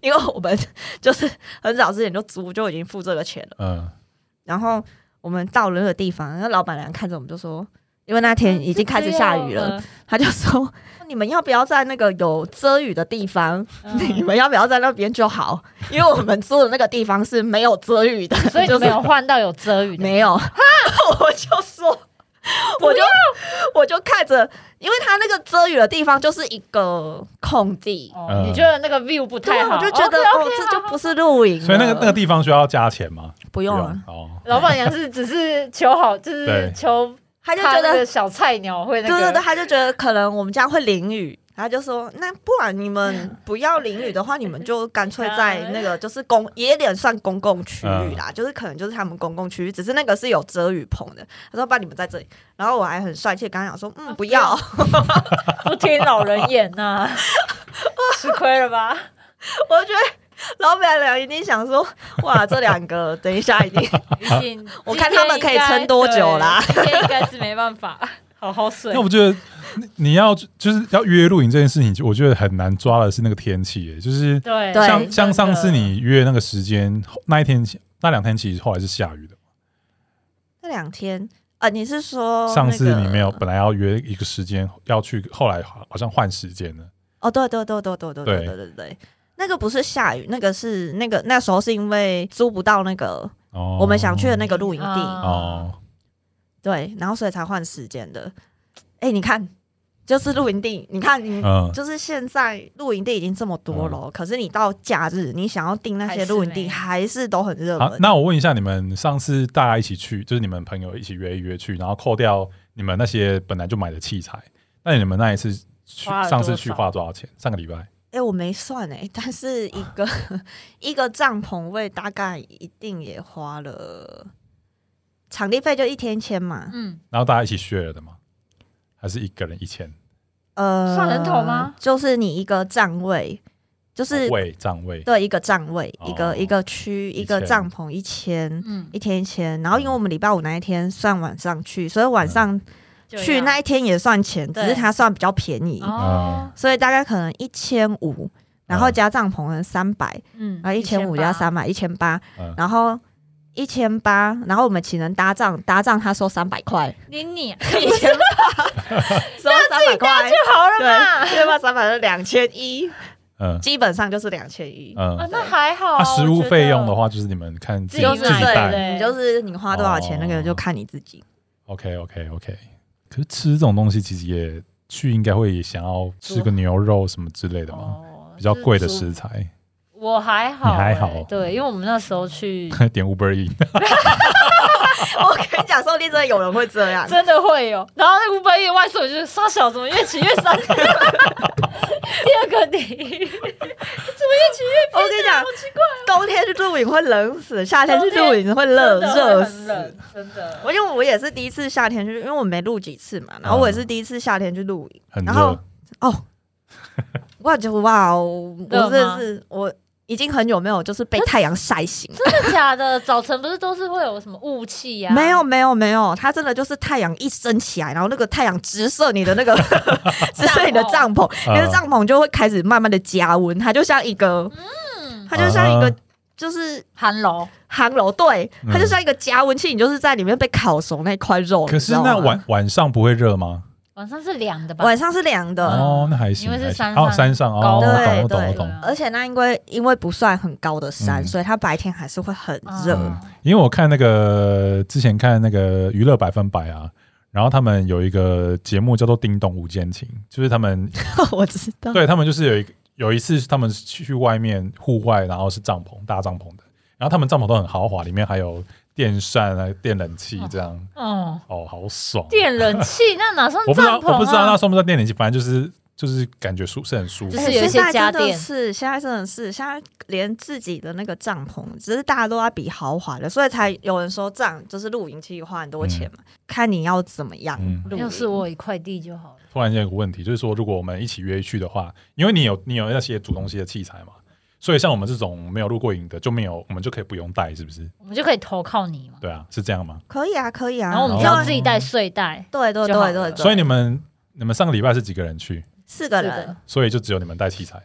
[SPEAKER 2] 因为我们就是很早之前就租，就已经付这个钱了。
[SPEAKER 1] 嗯，
[SPEAKER 2] 然后我们到了那个地方，那老板娘看着我们就说，因为那天已经开始下雨了，她就说：“ 你们要不要在那个有遮雨的地方？
[SPEAKER 3] 嗯
[SPEAKER 2] 你们要不要在那边就好？因为我们住的那个地方是没有遮雨 的，
[SPEAKER 3] 嗯所以
[SPEAKER 2] 就
[SPEAKER 3] 你
[SPEAKER 2] 是
[SPEAKER 3] 没有换到有遮雨的，
[SPEAKER 2] 没有。 我就说，我就我就看着，因为他那个遮雨的地方就是一个空地。
[SPEAKER 3] 哦，
[SPEAKER 1] 嗯
[SPEAKER 3] 你觉得那个 view 不
[SPEAKER 2] 对
[SPEAKER 3] 太
[SPEAKER 2] 啊，
[SPEAKER 3] 好，
[SPEAKER 2] 我就觉得
[SPEAKER 3] OK，OK，
[SPEAKER 2] 哦，这就不是露营了，
[SPEAKER 1] 所以那个那个地方需要加钱吗？
[SPEAKER 2] 不用啊了，
[SPEAKER 1] 哦，
[SPEAKER 3] 老板娘是只是求好，就
[SPEAKER 1] 对
[SPEAKER 3] 是求
[SPEAKER 2] 他就
[SPEAKER 3] 怕
[SPEAKER 2] 觉
[SPEAKER 3] 那
[SPEAKER 2] 得
[SPEAKER 3] 个小菜鸟会那
[SPEAKER 2] 对对对，
[SPEAKER 3] 个，
[SPEAKER 2] 他就觉得可能我们这样会淋雨，他就说那不然你
[SPEAKER 3] 嗯
[SPEAKER 2] 们不要淋雨的话，你们就干脆在那 个就是公也有点算公共区域
[SPEAKER 3] 嗯
[SPEAKER 2] 啦，就是可能就是他们公共区域，只是那个是有遮雨棚的。他说把你们在这里，然后我还很帅气，刚讲说嗯
[SPEAKER 3] 哦
[SPEAKER 2] 不要，
[SPEAKER 3] 不听老人言呐，吃亏 了吧？
[SPEAKER 2] 我觉得。老板娘一定想说，哇，这两个等一下一 定
[SPEAKER 3] 毕竟
[SPEAKER 2] 我看他们可以撑多久啦
[SPEAKER 3] 今天应该对今天应该是没办法好好睡
[SPEAKER 1] 那。我觉得你你要就是要约露营这件事情，就我觉得很难抓的是那个天气耶，就是
[SPEAKER 3] 对
[SPEAKER 2] 对
[SPEAKER 1] 像像上次
[SPEAKER 3] 真的
[SPEAKER 1] 你约那个时间，后那一天那两天其实后来是下雨的。
[SPEAKER 2] 那两天啊、呃你是说、那个、
[SPEAKER 1] 上次你没有，本来要约一个时间要去，后来好好像换时间了。
[SPEAKER 2] 哦，对对对对对对对
[SPEAKER 1] 对
[SPEAKER 2] 对对对，那个不是下雨，那个是那个那时候是因为租不到那个
[SPEAKER 1] 哦，
[SPEAKER 2] 我们想去的那个露营地，
[SPEAKER 3] 啊
[SPEAKER 1] 哦，
[SPEAKER 2] 对，然后所以才换时间的。哎、你看，就是露营地，你看你。
[SPEAKER 1] 嗯，
[SPEAKER 2] 就是现在露营地已经这么多了，可是你到假日，你想要订那些露营地，还是都很热
[SPEAKER 1] 好，
[SPEAKER 2] 门。
[SPEAKER 1] 啊那我问一下，你们上次大家一起去，就是你们朋友一起约一约去，然后扣掉你们那些本来就买的器材，那你们那一次去
[SPEAKER 3] 花了
[SPEAKER 1] 上
[SPEAKER 3] 多
[SPEAKER 1] 次
[SPEAKER 3] 少
[SPEAKER 1] 去花多少钱？上个礼拜
[SPEAKER 2] 哎、我没算哎、 但是一 个一个帐篷位大概一定也花了，场地费就一天一千嘛。
[SPEAKER 3] 嗯，
[SPEAKER 1] 然后大家一起 share 的吗？还是一个人一千？
[SPEAKER 2] 呃，
[SPEAKER 3] 嗯算人头吗？
[SPEAKER 2] 就是你一个站位，就是
[SPEAKER 1] 哦位站位，
[SPEAKER 2] 对一个站位，
[SPEAKER 1] 哦
[SPEAKER 2] 一个一个区，
[SPEAKER 1] 一
[SPEAKER 2] 一个
[SPEAKER 1] 千
[SPEAKER 2] 帐篷一千。
[SPEAKER 3] 嗯，
[SPEAKER 2] 一天一千，然后因为我们礼拜五那一天算晚上去，所以
[SPEAKER 1] 嗯
[SPEAKER 2] 晚上
[SPEAKER 3] 就
[SPEAKER 2] 去
[SPEAKER 3] 要
[SPEAKER 2] 那一天也算钱，只
[SPEAKER 3] 对
[SPEAKER 2] 是它算比较便宜，
[SPEAKER 1] 啊
[SPEAKER 3] 哦，
[SPEAKER 2] 所以大概可能一千五，然
[SPEAKER 1] 嗯
[SPEAKER 2] 后加帐篷可能三百，
[SPEAKER 3] 嗯，
[SPEAKER 2] 啊然后一千五加
[SPEAKER 3] 1800
[SPEAKER 2] 三百，一千八
[SPEAKER 1] 嗯，
[SPEAKER 2] 然后一千八，然后我们请人搭帐，搭帐他收三百块，
[SPEAKER 3] 你你
[SPEAKER 2] 一千 八，收三百块，
[SPEAKER 3] 就好了嘛。
[SPEAKER 2] 对，一千八三百是两千一，
[SPEAKER 1] 嗯
[SPEAKER 2] 基本上就是两千一。
[SPEAKER 3] 啊
[SPEAKER 1] 嗯，，
[SPEAKER 3] 那哦还好。
[SPEAKER 1] 那食物费用的
[SPEAKER 3] 话，
[SPEAKER 1] 话，就是你们看自己
[SPEAKER 3] 自
[SPEAKER 2] 就是
[SPEAKER 3] 己
[SPEAKER 1] 自己
[SPEAKER 3] 买
[SPEAKER 2] 对
[SPEAKER 1] 带
[SPEAKER 3] 的
[SPEAKER 2] 你就是你花多少钱，
[SPEAKER 1] 哦
[SPEAKER 2] 那个就看你自己。
[SPEAKER 1] ，OK OK OK。可是吃这种东西，其实也去应该会想要吃个牛肉什么之类的嘛，
[SPEAKER 3] 哦
[SPEAKER 1] 比较贵的，
[SPEAKER 3] 就是
[SPEAKER 1] 食材，
[SPEAKER 3] 我还好，
[SPEAKER 1] 你还
[SPEAKER 3] 欸
[SPEAKER 1] 好
[SPEAKER 3] 对，因为我们那时候去
[SPEAKER 1] 点 Uber E，
[SPEAKER 2] 我跟你讲，说不定真的有人会这样。
[SPEAKER 3] 真的会有，然后那五百亿外送就是杀小，怎么越骑越伤？第二个你，怎么越骑越
[SPEAKER 2] 我跟你讲
[SPEAKER 3] 好，奇怪，哦
[SPEAKER 2] 冬天去露营会冷死，夏天去露营会热
[SPEAKER 3] 真的
[SPEAKER 2] 热
[SPEAKER 3] 会很
[SPEAKER 2] 死。
[SPEAKER 3] 冷，真的。
[SPEAKER 2] 我因为我也是第一次夏天去，因为我没露几次嘛，然后我也是
[SPEAKER 3] 嗯
[SPEAKER 2] 第一次夏天去露营，
[SPEAKER 1] 很
[SPEAKER 2] 然后
[SPEAKER 1] 热，
[SPEAKER 2] 哦，我就哇哦，我
[SPEAKER 3] 热吗
[SPEAKER 2] 真的是我已经很久没有就是被太阳晒醒了，
[SPEAKER 3] 真的假的？早晨不是都是会有什么雾气呀？
[SPEAKER 2] 没有，没有没有，它真的就是太阳一升起来，然后那个太阳直射你的那个 直射你的帐篷，
[SPEAKER 1] 嗯
[SPEAKER 2] 你的帐篷就会开始慢慢的加温，它就像一个，
[SPEAKER 3] 嗯
[SPEAKER 2] 它就像一
[SPEAKER 1] 啊
[SPEAKER 2] 个
[SPEAKER 1] 哈
[SPEAKER 2] 就是。
[SPEAKER 3] 寒楼，
[SPEAKER 2] 航楼对，
[SPEAKER 1] 嗯
[SPEAKER 2] 它就像一个加温器，你就是在里面被烤熟那块肉。
[SPEAKER 1] 可是
[SPEAKER 2] 哦你知道
[SPEAKER 1] 那
[SPEAKER 2] 吗
[SPEAKER 1] 晚晚上不会热吗？
[SPEAKER 3] 晚上是凉的吧？
[SPEAKER 2] 晚上是凉的，
[SPEAKER 1] 哦，那还行，
[SPEAKER 3] 因为是
[SPEAKER 1] 还行
[SPEAKER 3] 山
[SPEAKER 1] 哦，
[SPEAKER 3] 上
[SPEAKER 1] 山上哦，
[SPEAKER 3] 高
[SPEAKER 1] 我
[SPEAKER 2] 嗯对
[SPEAKER 1] 懂，我懂，
[SPEAKER 2] 对
[SPEAKER 1] 我懂。
[SPEAKER 2] 而且那因为因为不算很高的山，
[SPEAKER 1] 嗯
[SPEAKER 2] 所以它白天还是会很热。
[SPEAKER 1] 嗯因为我看那个之前看那个娱乐百分百啊，然后他们有一个节目叫做《叮咚五间情》，就是他 们
[SPEAKER 2] 我知道，
[SPEAKER 1] 对他们就是有一个有一次他们去外面户外，然后是帐篷大帐篷的，然后他们帐篷都很豪华，里面还有电扇啊、电冷气这样，
[SPEAKER 3] 哦，
[SPEAKER 1] 哦，好爽！
[SPEAKER 3] 电冷气那哪算
[SPEAKER 1] 我不知道，
[SPEAKER 3] 帐篷啊？
[SPEAKER 1] 我不知道那算不算电冷气，反正就是就是感觉舒适很舒服
[SPEAKER 3] 就
[SPEAKER 2] 哎
[SPEAKER 3] 是有一些
[SPEAKER 2] 现在
[SPEAKER 3] 家
[SPEAKER 2] 真的
[SPEAKER 3] 电
[SPEAKER 2] 是现在真的是现在连自己的那个帐篷，只是大家都在比豪华的，所以才有人说帐就是露营，其实花很多钱嘛，看你要怎么样
[SPEAKER 1] 嗯
[SPEAKER 2] 露营。
[SPEAKER 3] 要是我有一块地就好了。
[SPEAKER 1] 突然间有个问题，就是说，如果我们一起约去的话，因为你有你有那些煮东西的器材嘛，所以像我们这种没有录过影的就没有，我们就可以不用带，是不是？
[SPEAKER 2] 嗯
[SPEAKER 3] 我们就可以投靠你嘛。
[SPEAKER 1] 对啊，是这样吗？
[SPEAKER 2] 可以啊，可以啊，
[SPEAKER 3] 然后我们
[SPEAKER 1] 哦
[SPEAKER 3] 只
[SPEAKER 2] 因
[SPEAKER 3] 要
[SPEAKER 2] 为
[SPEAKER 3] 自己带睡袋，
[SPEAKER 2] 对对
[SPEAKER 3] 就
[SPEAKER 2] 对
[SPEAKER 3] 好
[SPEAKER 2] 对
[SPEAKER 3] 了
[SPEAKER 2] 对，
[SPEAKER 1] 所以你们你们上个礼拜是几个人去？
[SPEAKER 2] 四个
[SPEAKER 3] 是
[SPEAKER 2] 人
[SPEAKER 3] 的，
[SPEAKER 1] 所以就只有你们带器材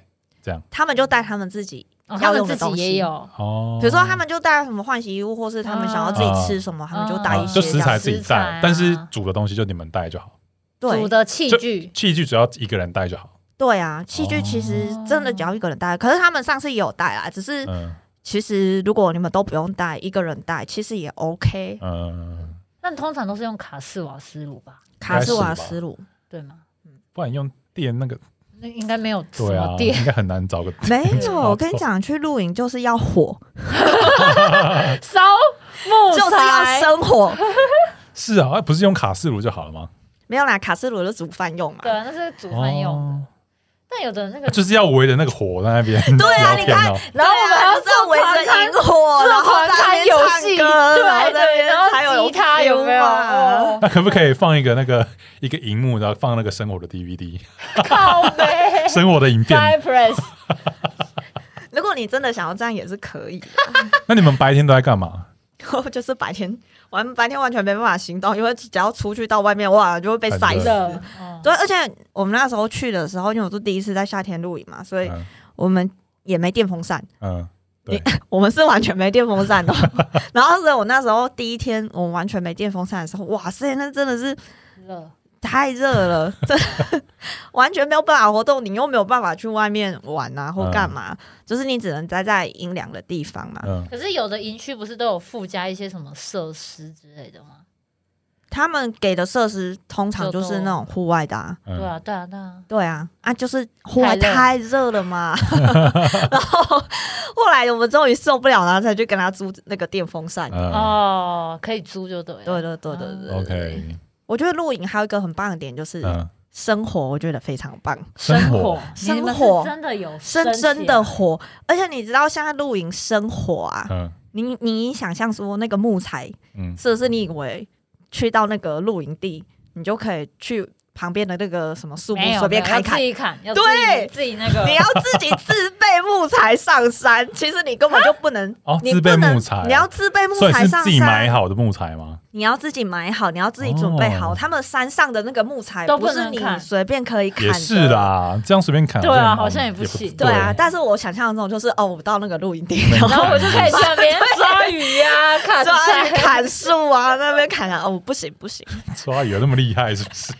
[SPEAKER 2] 他们就带他们自己
[SPEAKER 3] 哦他
[SPEAKER 2] 要
[SPEAKER 3] 们
[SPEAKER 2] 用的
[SPEAKER 3] 自己
[SPEAKER 2] 东西
[SPEAKER 3] 也有，
[SPEAKER 1] 哦。
[SPEAKER 2] 比如说他们就带什么换洗衣物，或是他们想要自己吃什么，他们就带一
[SPEAKER 1] 啊就
[SPEAKER 2] 些
[SPEAKER 1] 食
[SPEAKER 2] 这
[SPEAKER 1] 材
[SPEAKER 2] 样。
[SPEAKER 1] 自己
[SPEAKER 3] 食材啊
[SPEAKER 1] 带，但是煮的东西就你们带就好，
[SPEAKER 2] 对
[SPEAKER 3] 煮的器具，
[SPEAKER 1] 器具只要一个人带就好。
[SPEAKER 2] 对啊，器具其实真的只要一个人带，可是他们上次也有带啊，只是
[SPEAKER 1] 嗯
[SPEAKER 2] 其实如果你们都不用带，一个人带其实也 OK。
[SPEAKER 1] 嗯，
[SPEAKER 3] 但通常都是用卡式瓦斯炉吧，
[SPEAKER 2] 卡式瓦斯炉
[SPEAKER 3] 对吗？
[SPEAKER 1] 不然用电那个，
[SPEAKER 3] 那应该没有什
[SPEAKER 1] 对啊
[SPEAKER 3] 么，电，
[SPEAKER 1] 应该很难找个。
[SPEAKER 2] 没 有，我跟你讲，去露营就是要火，
[SPEAKER 3] 烧木
[SPEAKER 2] 就是要
[SPEAKER 3] 材，
[SPEAKER 2] 生火，
[SPEAKER 1] 是啊，啊不是用卡式炉就好了吗？
[SPEAKER 2] 没有啦，卡式炉就煮饭用嘛
[SPEAKER 3] 对。啊，那是煮饭用的。
[SPEAKER 1] 哦啊
[SPEAKER 3] 但有的那个，
[SPEAKER 1] 就是要围着那个火在那边
[SPEAKER 2] 对 啊
[SPEAKER 1] 聊
[SPEAKER 2] 你
[SPEAKER 1] 天
[SPEAKER 2] 看
[SPEAKER 1] 哦。
[SPEAKER 3] 然后我们还要
[SPEAKER 2] 对啊
[SPEAKER 3] 做
[SPEAKER 2] 围
[SPEAKER 3] 团
[SPEAKER 2] 着
[SPEAKER 3] 餐
[SPEAKER 2] 萤，火，哦然后
[SPEAKER 3] 做团
[SPEAKER 2] 在那
[SPEAKER 3] 餐
[SPEAKER 2] 边
[SPEAKER 3] 游
[SPEAKER 2] 唱
[SPEAKER 3] 戏，
[SPEAKER 2] 歌
[SPEAKER 3] 对对，
[SPEAKER 2] 然
[SPEAKER 3] 然
[SPEAKER 2] 后在那边才有
[SPEAKER 3] 后吉他有没有？
[SPEAKER 2] feel 啊嘛
[SPEAKER 3] 哦
[SPEAKER 1] 那可不可以放一个那个 一个荧幕，然后放那个生活的 DVD，
[SPEAKER 3] 靠背
[SPEAKER 1] 生活的影
[SPEAKER 3] f i
[SPEAKER 1] 片？
[SPEAKER 3] r press，
[SPEAKER 2] 如果你真的想要这样也是可以的，
[SPEAKER 1] 那你们白天都在干嘛？
[SPEAKER 2] 然后就是白天完白天完全没办法行动，因为只要出去到外面哇就会被晒
[SPEAKER 1] 很
[SPEAKER 2] 死。
[SPEAKER 3] 热，哦
[SPEAKER 2] 对，而且我们那时候去的时候，因为我是第一次在夏天露营嘛，所以
[SPEAKER 1] 嗯
[SPEAKER 2] 我们也没电风扇，
[SPEAKER 1] 嗯，
[SPEAKER 2] 我们是完全没电风 扇的。然后所以我那时候第一天我们完全没电风扇的时候，哇塞，那真的是
[SPEAKER 3] 嗯热，
[SPEAKER 2] 太热了，这完全没有办法活动，你又没有办法去外面玩啊或干嘛，就是你只能待在阴凉的地方嘛。
[SPEAKER 1] 嗯，
[SPEAKER 3] 可是有的营区不是都有附加一些什么设施之类的吗？
[SPEAKER 2] 他们给的设施通常就是那种户外的、啊。
[SPEAKER 1] 嗯
[SPEAKER 3] 对啊，对啊，对啊。
[SPEAKER 2] 对啊，啊，就是户外
[SPEAKER 3] 太
[SPEAKER 2] 太热
[SPEAKER 3] 热
[SPEAKER 2] 了 嘛，然后后来我们终于受不了，然后才去跟他租那个电风扇。
[SPEAKER 1] 嗯
[SPEAKER 3] 哦，可以租就对了。
[SPEAKER 2] 对对对对
[SPEAKER 3] 嗯
[SPEAKER 2] 对对
[SPEAKER 1] ，OK，
[SPEAKER 2] 我觉得露营还有一个很棒的点就是
[SPEAKER 1] 嗯，
[SPEAKER 2] 生火，我觉得非常棒，
[SPEAKER 1] 生活
[SPEAKER 3] 火，
[SPEAKER 2] 生
[SPEAKER 3] 你们是
[SPEAKER 2] 火
[SPEAKER 3] 真的有
[SPEAKER 2] 生
[SPEAKER 3] 起来
[SPEAKER 2] 真的火，而且你知道现在露营生火啊，
[SPEAKER 1] 嗯
[SPEAKER 2] 你你想象说那个木材
[SPEAKER 1] 嗯，
[SPEAKER 2] 是不是你以为去到那个露营地，你就可以去旁边的那个什么树木
[SPEAKER 3] 没有
[SPEAKER 2] 随便
[SPEAKER 3] 没
[SPEAKER 2] 砍
[SPEAKER 3] 有要
[SPEAKER 2] 砍
[SPEAKER 3] 自。己砍，要
[SPEAKER 2] 对
[SPEAKER 3] 自己自己那个
[SPEAKER 2] 你要自己自备木材上山，其实你根本就不能
[SPEAKER 1] 哦
[SPEAKER 2] 你
[SPEAKER 1] 自备
[SPEAKER 2] 不能
[SPEAKER 1] 木材
[SPEAKER 2] 你要自备木
[SPEAKER 1] 所以
[SPEAKER 2] 材
[SPEAKER 1] 是
[SPEAKER 2] 上
[SPEAKER 1] 自己买
[SPEAKER 2] 山，
[SPEAKER 1] 好的木材吗？
[SPEAKER 2] 你要自己买好，你要自己准备好。
[SPEAKER 1] 哦
[SPEAKER 2] 他们山上的那个木材
[SPEAKER 3] 都不
[SPEAKER 2] 不是
[SPEAKER 3] 能
[SPEAKER 2] 你
[SPEAKER 3] 砍
[SPEAKER 2] 随便可以砍
[SPEAKER 1] 也
[SPEAKER 2] 的，
[SPEAKER 1] 是啦，这样随便砍，
[SPEAKER 3] 对啊
[SPEAKER 1] 这样
[SPEAKER 3] 好像也不
[SPEAKER 1] 不
[SPEAKER 3] 行
[SPEAKER 1] 对
[SPEAKER 2] 对啊，但是我想象中就是哦，我到那个露营地，
[SPEAKER 1] 没
[SPEAKER 2] 然
[SPEAKER 1] 错
[SPEAKER 2] 后
[SPEAKER 3] 然后我就可以去那边抓鱼啊呀、砍
[SPEAKER 2] 抓鱼
[SPEAKER 3] 菜。
[SPEAKER 2] 砍树啊，那边砍啊，哦，不行不行，
[SPEAKER 1] 抓鱼有那么厉害是不是？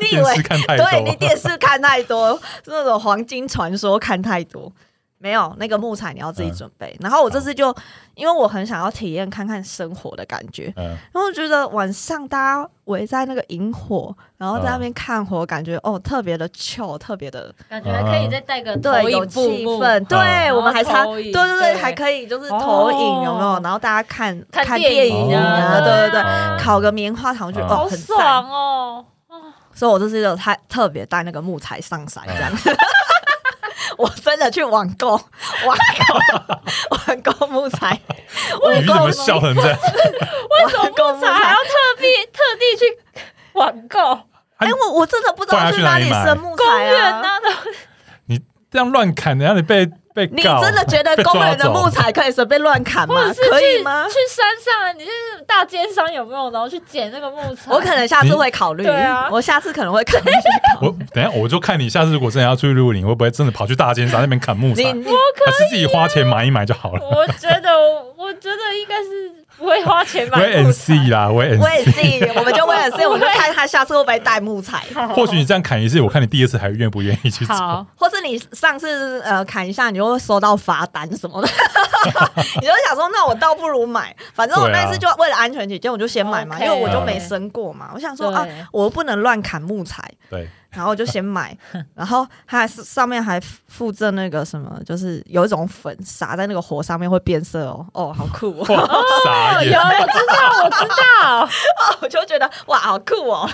[SPEAKER 2] 你 以
[SPEAKER 1] 电视
[SPEAKER 2] 为
[SPEAKER 1] 看太
[SPEAKER 2] 对
[SPEAKER 1] 多
[SPEAKER 2] 你
[SPEAKER 1] 了，
[SPEAKER 2] 电视看太多， 那种黄金传说看太多，没有那个木材你要
[SPEAKER 1] 嗯
[SPEAKER 2] 自己准备。然后我这次就因为我很想要体验看看生活的感觉，
[SPEAKER 1] 嗯，
[SPEAKER 2] 然后我觉得晚上大家围在那个萤火，然后在那边看火，感
[SPEAKER 3] 嗯
[SPEAKER 2] 觉哦特别的 chill，特别的
[SPEAKER 3] 感觉还可以再带个投
[SPEAKER 2] 对，有
[SPEAKER 3] 影
[SPEAKER 2] 气
[SPEAKER 3] 布幕，
[SPEAKER 2] 氛。对
[SPEAKER 1] 嗯
[SPEAKER 2] 我们还差，
[SPEAKER 3] 然后投
[SPEAKER 2] 对
[SPEAKER 3] 影
[SPEAKER 2] 对对，
[SPEAKER 3] 对
[SPEAKER 2] 还可以就是投影有没
[SPEAKER 3] 哦
[SPEAKER 2] 有？然后大家看
[SPEAKER 3] 看
[SPEAKER 2] 电
[SPEAKER 3] 电嗯
[SPEAKER 1] 影
[SPEAKER 2] 影
[SPEAKER 1] 啊
[SPEAKER 2] 啊，对对对，
[SPEAKER 1] 哦
[SPEAKER 2] 烤个棉花糖，我觉得
[SPEAKER 1] 嗯
[SPEAKER 2] 哦
[SPEAKER 3] 好
[SPEAKER 2] 很赞。
[SPEAKER 3] 爽哦！
[SPEAKER 2] 所以我这次有太特别带那个木材上山这样。
[SPEAKER 3] 嗯
[SPEAKER 2] 我真的去网购，网购， 网购木材，
[SPEAKER 1] 鱼怎么笑成这样？
[SPEAKER 2] 为什么木
[SPEAKER 3] 这还要？特地特地去网购
[SPEAKER 2] 哎，我我真的不知
[SPEAKER 1] 不然
[SPEAKER 2] 道
[SPEAKER 1] 要去
[SPEAKER 2] 去哪
[SPEAKER 1] 哪
[SPEAKER 2] 里
[SPEAKER 1] 里买
[SPEAKER 2] 生木
[SPEAKER 3] 公
[SPEAKER 2] 材
[SPEAKER 3] 园
[SPEAKER 2] 啊！
[SPEAKER 3] 呢？
[SPEAKER 1] 你这样乱砍，等下你被被
[SPEAKER 2] 你
[SPEAKER 1] 告
[SPEAKER 2] 真的觉得
[SPEAKER 1] 被抓
[SPEAKER 2] 公园的
[SPEAKER 1] 走
[SPEAKER 2] 木材可以随便乱砍
[SPEAKER 3] 或
[SPEAKER 2] 吗
[SPEAKER 3] 者是？
[SPEAKER 2] 啊可以
[SPEAKER 3] 去
[SPEAKER 2] 吗？
[SPEAKER 3] 去山上啊，你就是大尖山有没有？然后去捡那个木材。
[SPEAKER 2] 我可能下次会考虑
[SPEAKER 3] 你对啊，
[SPEAKER 2] 我下次可能会考 虑。
[SPEAKER 1] 我等一下我就看你下次如果真的要去露营，会不会真的跑去大尖山那边砍木材？
[SPEAKER 2] 你
[SPEAKER 1] 还
[SPEAKER 2] 你
[SPEAKER 1] 是自己花钱买一买就 好了？
[SPEAKER 3] 我觉得我，我觉得应该是不会花钱买
[SPEAKER 1] 喂
[SPEAKER 3] 木
[SPEAKER 1] and
[SPEAKER 3] 材
[SPEAKER 1] see 啦，喂 and
[SPEAKER 2] 我
[SPEAKER 1] see。
[SPEAKER 2] 也是，我们就为了 这，我们就看他下次会不会带木材，
[SPEAKER 1] 或许你这样砍一次，我看你第二次还愿不愿意去做。
[SPEAKER 3] 好，
[SPEAKER 2] 或是你上次呃砍一下，你就会收到罚单什 么的，你就想说，那我倒不如买，反正我
[SPEAKER 1] 对啊
[SPEAKER 2] 那次就为了安全起见，我就先买嘛，
[SPEAKER 3] OK
[SPEAKER 2] 因为我就没生过嘛，我想说
[SPEAKER 3] 对
[SPEAKER 2] 啊，我不能乱砍木材，
[SPEAKER 1] 对，
[SPEAKER 2] 然后我就先 买，然后它还是上面还附赠那个什么，就是有一种粉撒在那个火上面会变色哦，哦，好酷哦。
[SPEAKER 1] 哇，傻
[SPEAKER 3] 有
[SPEAKER 1] 眼，
[SPEAKER 3] 哦我知道，我知 道，
[SPEAKER 2] 我就觉得哇，好酷哦！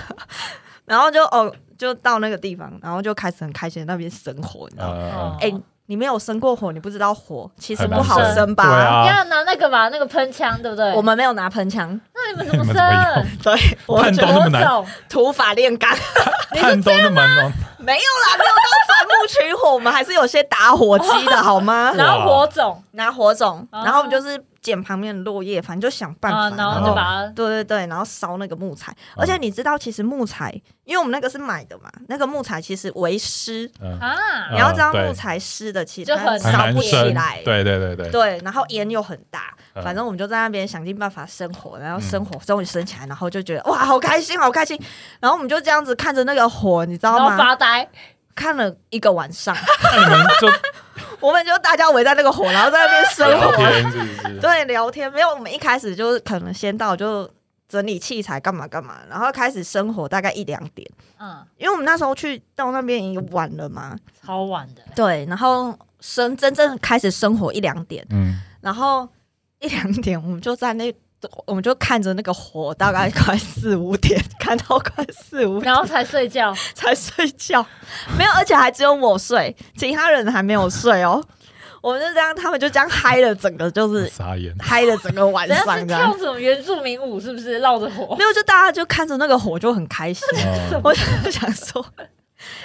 [SPEAKER 2] 然后就哦，就到那个地方，然后就开始很开心在那边生火，你知道吗？
[SPEAKER 1] 呃，
[SPEAKER 2] 哎、你没有生过火，你不知道火其实
[SPEAKER 1] 很
[SPEAKER 2] 不
[SPEAKER 1] 难
[SPEAKER 2] 好
[SPEAKER 1] 生
[SPEAKER 2] 生吧？
[SPEAKER 1] 对啊
[SPEAKER 3] 要拿那个吧，那个喷枪，对不对？
[SPEAKER 2] 我们没有拿喷枪，
[SPEAKER 3] 那你们怎么
[SPEAKER 1] 你们
[SPEAKER 3] 生？
[SPEAKER 1] 怎么用
[SPEAKER 2] 对， 我
[SPEAKER 1] 探
[SPEAKER 2] 觉
[SPEAKER 1] 洞那
[SPEAKER 2] 得
[SPEAKER 1] 么难，
[SPEAKER 3] 我懂
[SPEAKER 2] 土法炼钢
[SPEAKER 1] 探洞那么难，
[SPEAKER 2] 没有啦，没有到钻木取火，我们还是有些打火机的好吗？
[SPEAKER 3] 然后火种
[SPEAKER 2] 拿火种，
[SPEAKER 3] 哦
[SPEAKER 2] 然后我们就是捡旁边的落叶，反正就想办
[SPEAKER 3] 啊，
[SPEAKER 1] 哦
[SPEAKER 2] 法，
[SPEAKER 3] 然后就把它
[SPEAKER 2] 对对对，然后烧那个木材，而且你知道，其实木材，因为我们那个是买的嘛，那个木材其实为湿，
[SPEAKER 1] 嗯，
[SPEAKER 3] 啊
[SPEAKER 1] 嗯
[SPEAKER 2] 你要知道
[SPEAKER 1] 对
[SPEAKER 2] 木材湿的，其实
[SPEAKER 3] 就
[SPEAKER 2] 它
[SPEAKER 3] 很
[SPEAKER 1] 很
[SPEAKER 2] 烧
[SPEAKER 1] 难
[SPEAKER 2] 不起
[SPEAKER 1] 生
[SPEAKER 2] 来。。
[SPEAKER 1] 对对对对，
[SPEAKER 2] 对，然后烟又很大，
[SPEAKER 1] 嗯
[SPEAKER 2] 反正我们就在那边想尽办法生火，然后生火终于生起来，然后就觉得哇，好开心，好开心。然后我们就这样子看着那个火，你知道
[SPEAKER 3] 然后
[SPEAKER 2] 吗？
[SPEAKER 3] 发呆，
[SPEAKER 2] 看了一个晚上，
[SPEAKER 1] 那你们 就
[SPEAKER 2] 我们就大家围在那个火，然后在那边生
[SPEAKER 1] 聊
[SPEAKER 2] 火，
[SPEAKER 1] 天是不是？
[SPEAKER 2] 对，聊天。没有，我们一开始就是可能先到就整理器材干嘛干嘛，然后开始生火，大概一两点，
[SPEAKER 3] 嗯，
[SPEAKER 2] 因为我们那时候去到那边已经晚了嘛，
[SPEAKER 3] 超晚的，
[SPEAKER 2] 对，然后生真正开始生火一两点，
[SPEAKER 1] 嗯，
[SPEAKER 2] 然后一两点我们就在那，我们就看着那个火，大概快四五点，看到快四五点
[SPEAKER 3] 然后才睡觉，
[SPEAKER 2] 才睡觉，没有，而且还只有我睡，其他人还没有睡哦。我们就这样，他们就这样嗨了，整个就是
[SPEAKER 1] 傻眼，
[SPEAKER 2] 嗨了整个晚
[SPEAKER 3] 人家
[SPEAKER 2] 上
[SPEAKER 1] 啊
[SPEAKER 3] 是
[SPEAKER 2] 这样
[SPEAKER 3] 跳。什么原住民舞，是不是绕着火？
[SPEAKER 2] 没？有，就大家就看着那个火就很 开心。
[SPEAKER 1] 哦
[SPEAKER 2] 我就想说，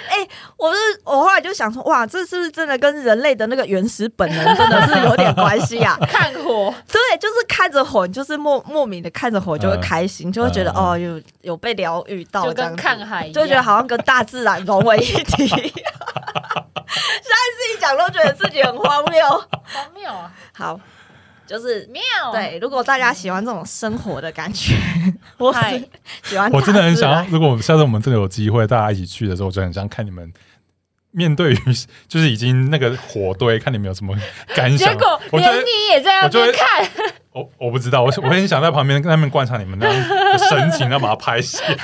[SPEAKER 2] 哎、我是我后来就想说，哇，这是不是真的跟人类的那个原始本能真的是有点关系啊
[SPEAKER 3] 看火，
[SPEAKER 2] 对，就是看着火，你就是莫莫名的看着火就会
[SPEAKER 1] 嗯
[SPEAKER 2] 开心，就会觉得、
[SPEAKER 1] 嗯
[SPEAKER 2] 哦，有有被疗愈到
[SPEAKER 3] 就
[SPEAKER 2] 这样
[SPEAKER 3] 跟
[SPEAKER 2] 子，
[SPEAKER 3] 看海一样，
[SPEAKER 2] 就觉得好像跟大自然融为一体。现在 自己讲都觉得自己很荒谬。
[SPEAKER 3] 荒谬啊，
[SPEAKER 2] 好，就是。
[SPEAKER 3] 妙，，啊
[SPEAKER 2] 对，如果大家喜欢这种生活的感觉，我
[SPEAKER 3] 哦 嗨
[SPEAKER 2] 是喜欢大自然。
[SPEAKER 1] 我真的很想要，如果我们下次我们真的有机会，大家一起去的时候，我就很想看你们。面对于就是已经那个火堆，看你们有什么感想
[SPEAKER 3] 结。果
[SPEAKER 1] 我觉得
[SPEAKER 3] 连你也在那
[SPEAKER 1] 我就会
[SPEAKER 3] 边看，
[SPEAKER 1] 我我不知道，我我很想在旁边跟他们观察你们那样的神情，要把它拍下来。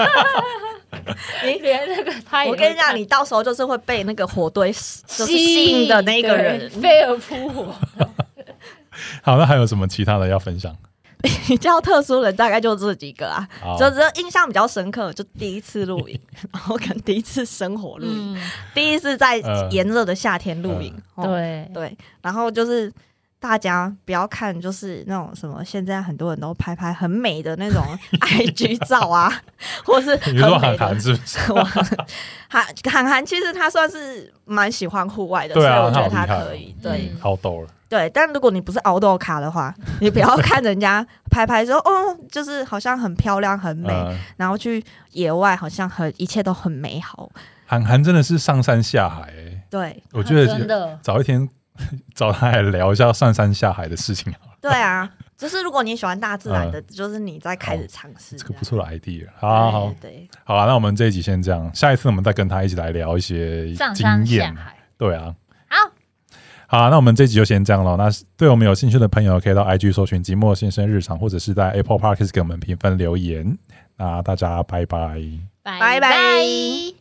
[SPEAKER 3] 你连那个他也
[SPEAKER 2] 我
[SPEAKER 3] 会看，
[SPEAKER 2] 跟你讲，你到时候就是会被那个火堆就是吸引的那一个人
[SPEAKER 3] 对。飞蛾 扑火，
[SPEAKER 1] 好，那还有什么其他的要分享？
[SPEAKER 2] 比较特殊的大概就这几个啊
[SPEAKER 1] 好，
[SPEAKER 2] 就只有印象比较深刻，就第一 次露营，然后跟第一次生活露营，
[SPEAKER 3] 嗯，
[SPEAKER 2] 第一次在
[SPEAKER 1] 呃嗯
[SPEAKER 2] 炎热的夏天露营，哦
[SPEAKER 3] 对，
[SPEAKER 2] 对，然后就是大家不要看，就是那种什么，现在很多人都拍拍很美的那种 IG 照啊，或是
[SPEAKER 1] 你说
[SPEAKER 2] 很美
[SPEAKER 1] 韩
[SPEAKER 2] 的
[SPEAKER 1] 寒是不是？
[SPEAKER 2] 我韩韩寒其实他算是蛮喜欢户外的，
[SPEAKER 1] 对啊
[SPEAKER 2] 所以我觉得
[SPEAKER 1] 他好
[SPEAKER 2] 他
[SPEAKER 1] 厉害哦
[SPEAKER 2] 可以。对、
[SPEAKER 3] 嗯
[SPEAKER 1] 好抖了，
[SPEAKER 2] 对，但如果你不是熬豆卡的话，你不要看人家拍拍说哦，就是好像很漂亮很美，
[SPEAKER 1] 嗯，
[SPEAKER 2] 然后去野外好像很一切都很美好。
[SPEAKER 1] 韩寒真的是上山下海、欸，
[SPEAKER 2] 对
[SPEAKER 1] 我觉得
[SPEAKER 3] 啊真
[SPEAKER 1] 有
[SPEAKER 3] 的
[SPEAKER 1] 早一天 找他来聊一下上山下海的事情好了，
[SPEAKER 2] 对啊，就是如果你喜欢大自然
[SPEAKER 1] 嗯
[SPEAKER 2] 的，就是你在开始尝试
[SPEAKER 1] 这
[SPEAKER 2] 样。
[SPEAKER 1] 个不错的 idea。好好好，
[SPEAKER 2] 对，
[SPEAKER 1] 好啊，那我们这一集先这样，下一次我们再跟他一起来聊一些
[SPEAKER 3] 上山
[SPEAKER 1] 经
[SPEAKER 3] 下
[SPEAKER 1] 验。
[SPEAKER 3] 海。
[SPEAKER 1] 对啊，
[SPEAKER 3] 好，
[SPEAKER 1] 好啊、那我们这集就先这样了。那对我们有兴趣的朋友，可以到 IG 搜寻“寂寞先生日常”，或者是在 Apple Podcast 给我们评分留言。那大家拜拜。
[SPEAKER 3] 拜
[SPEAKER 2] 拜拜
[SPEAKER 3] 拜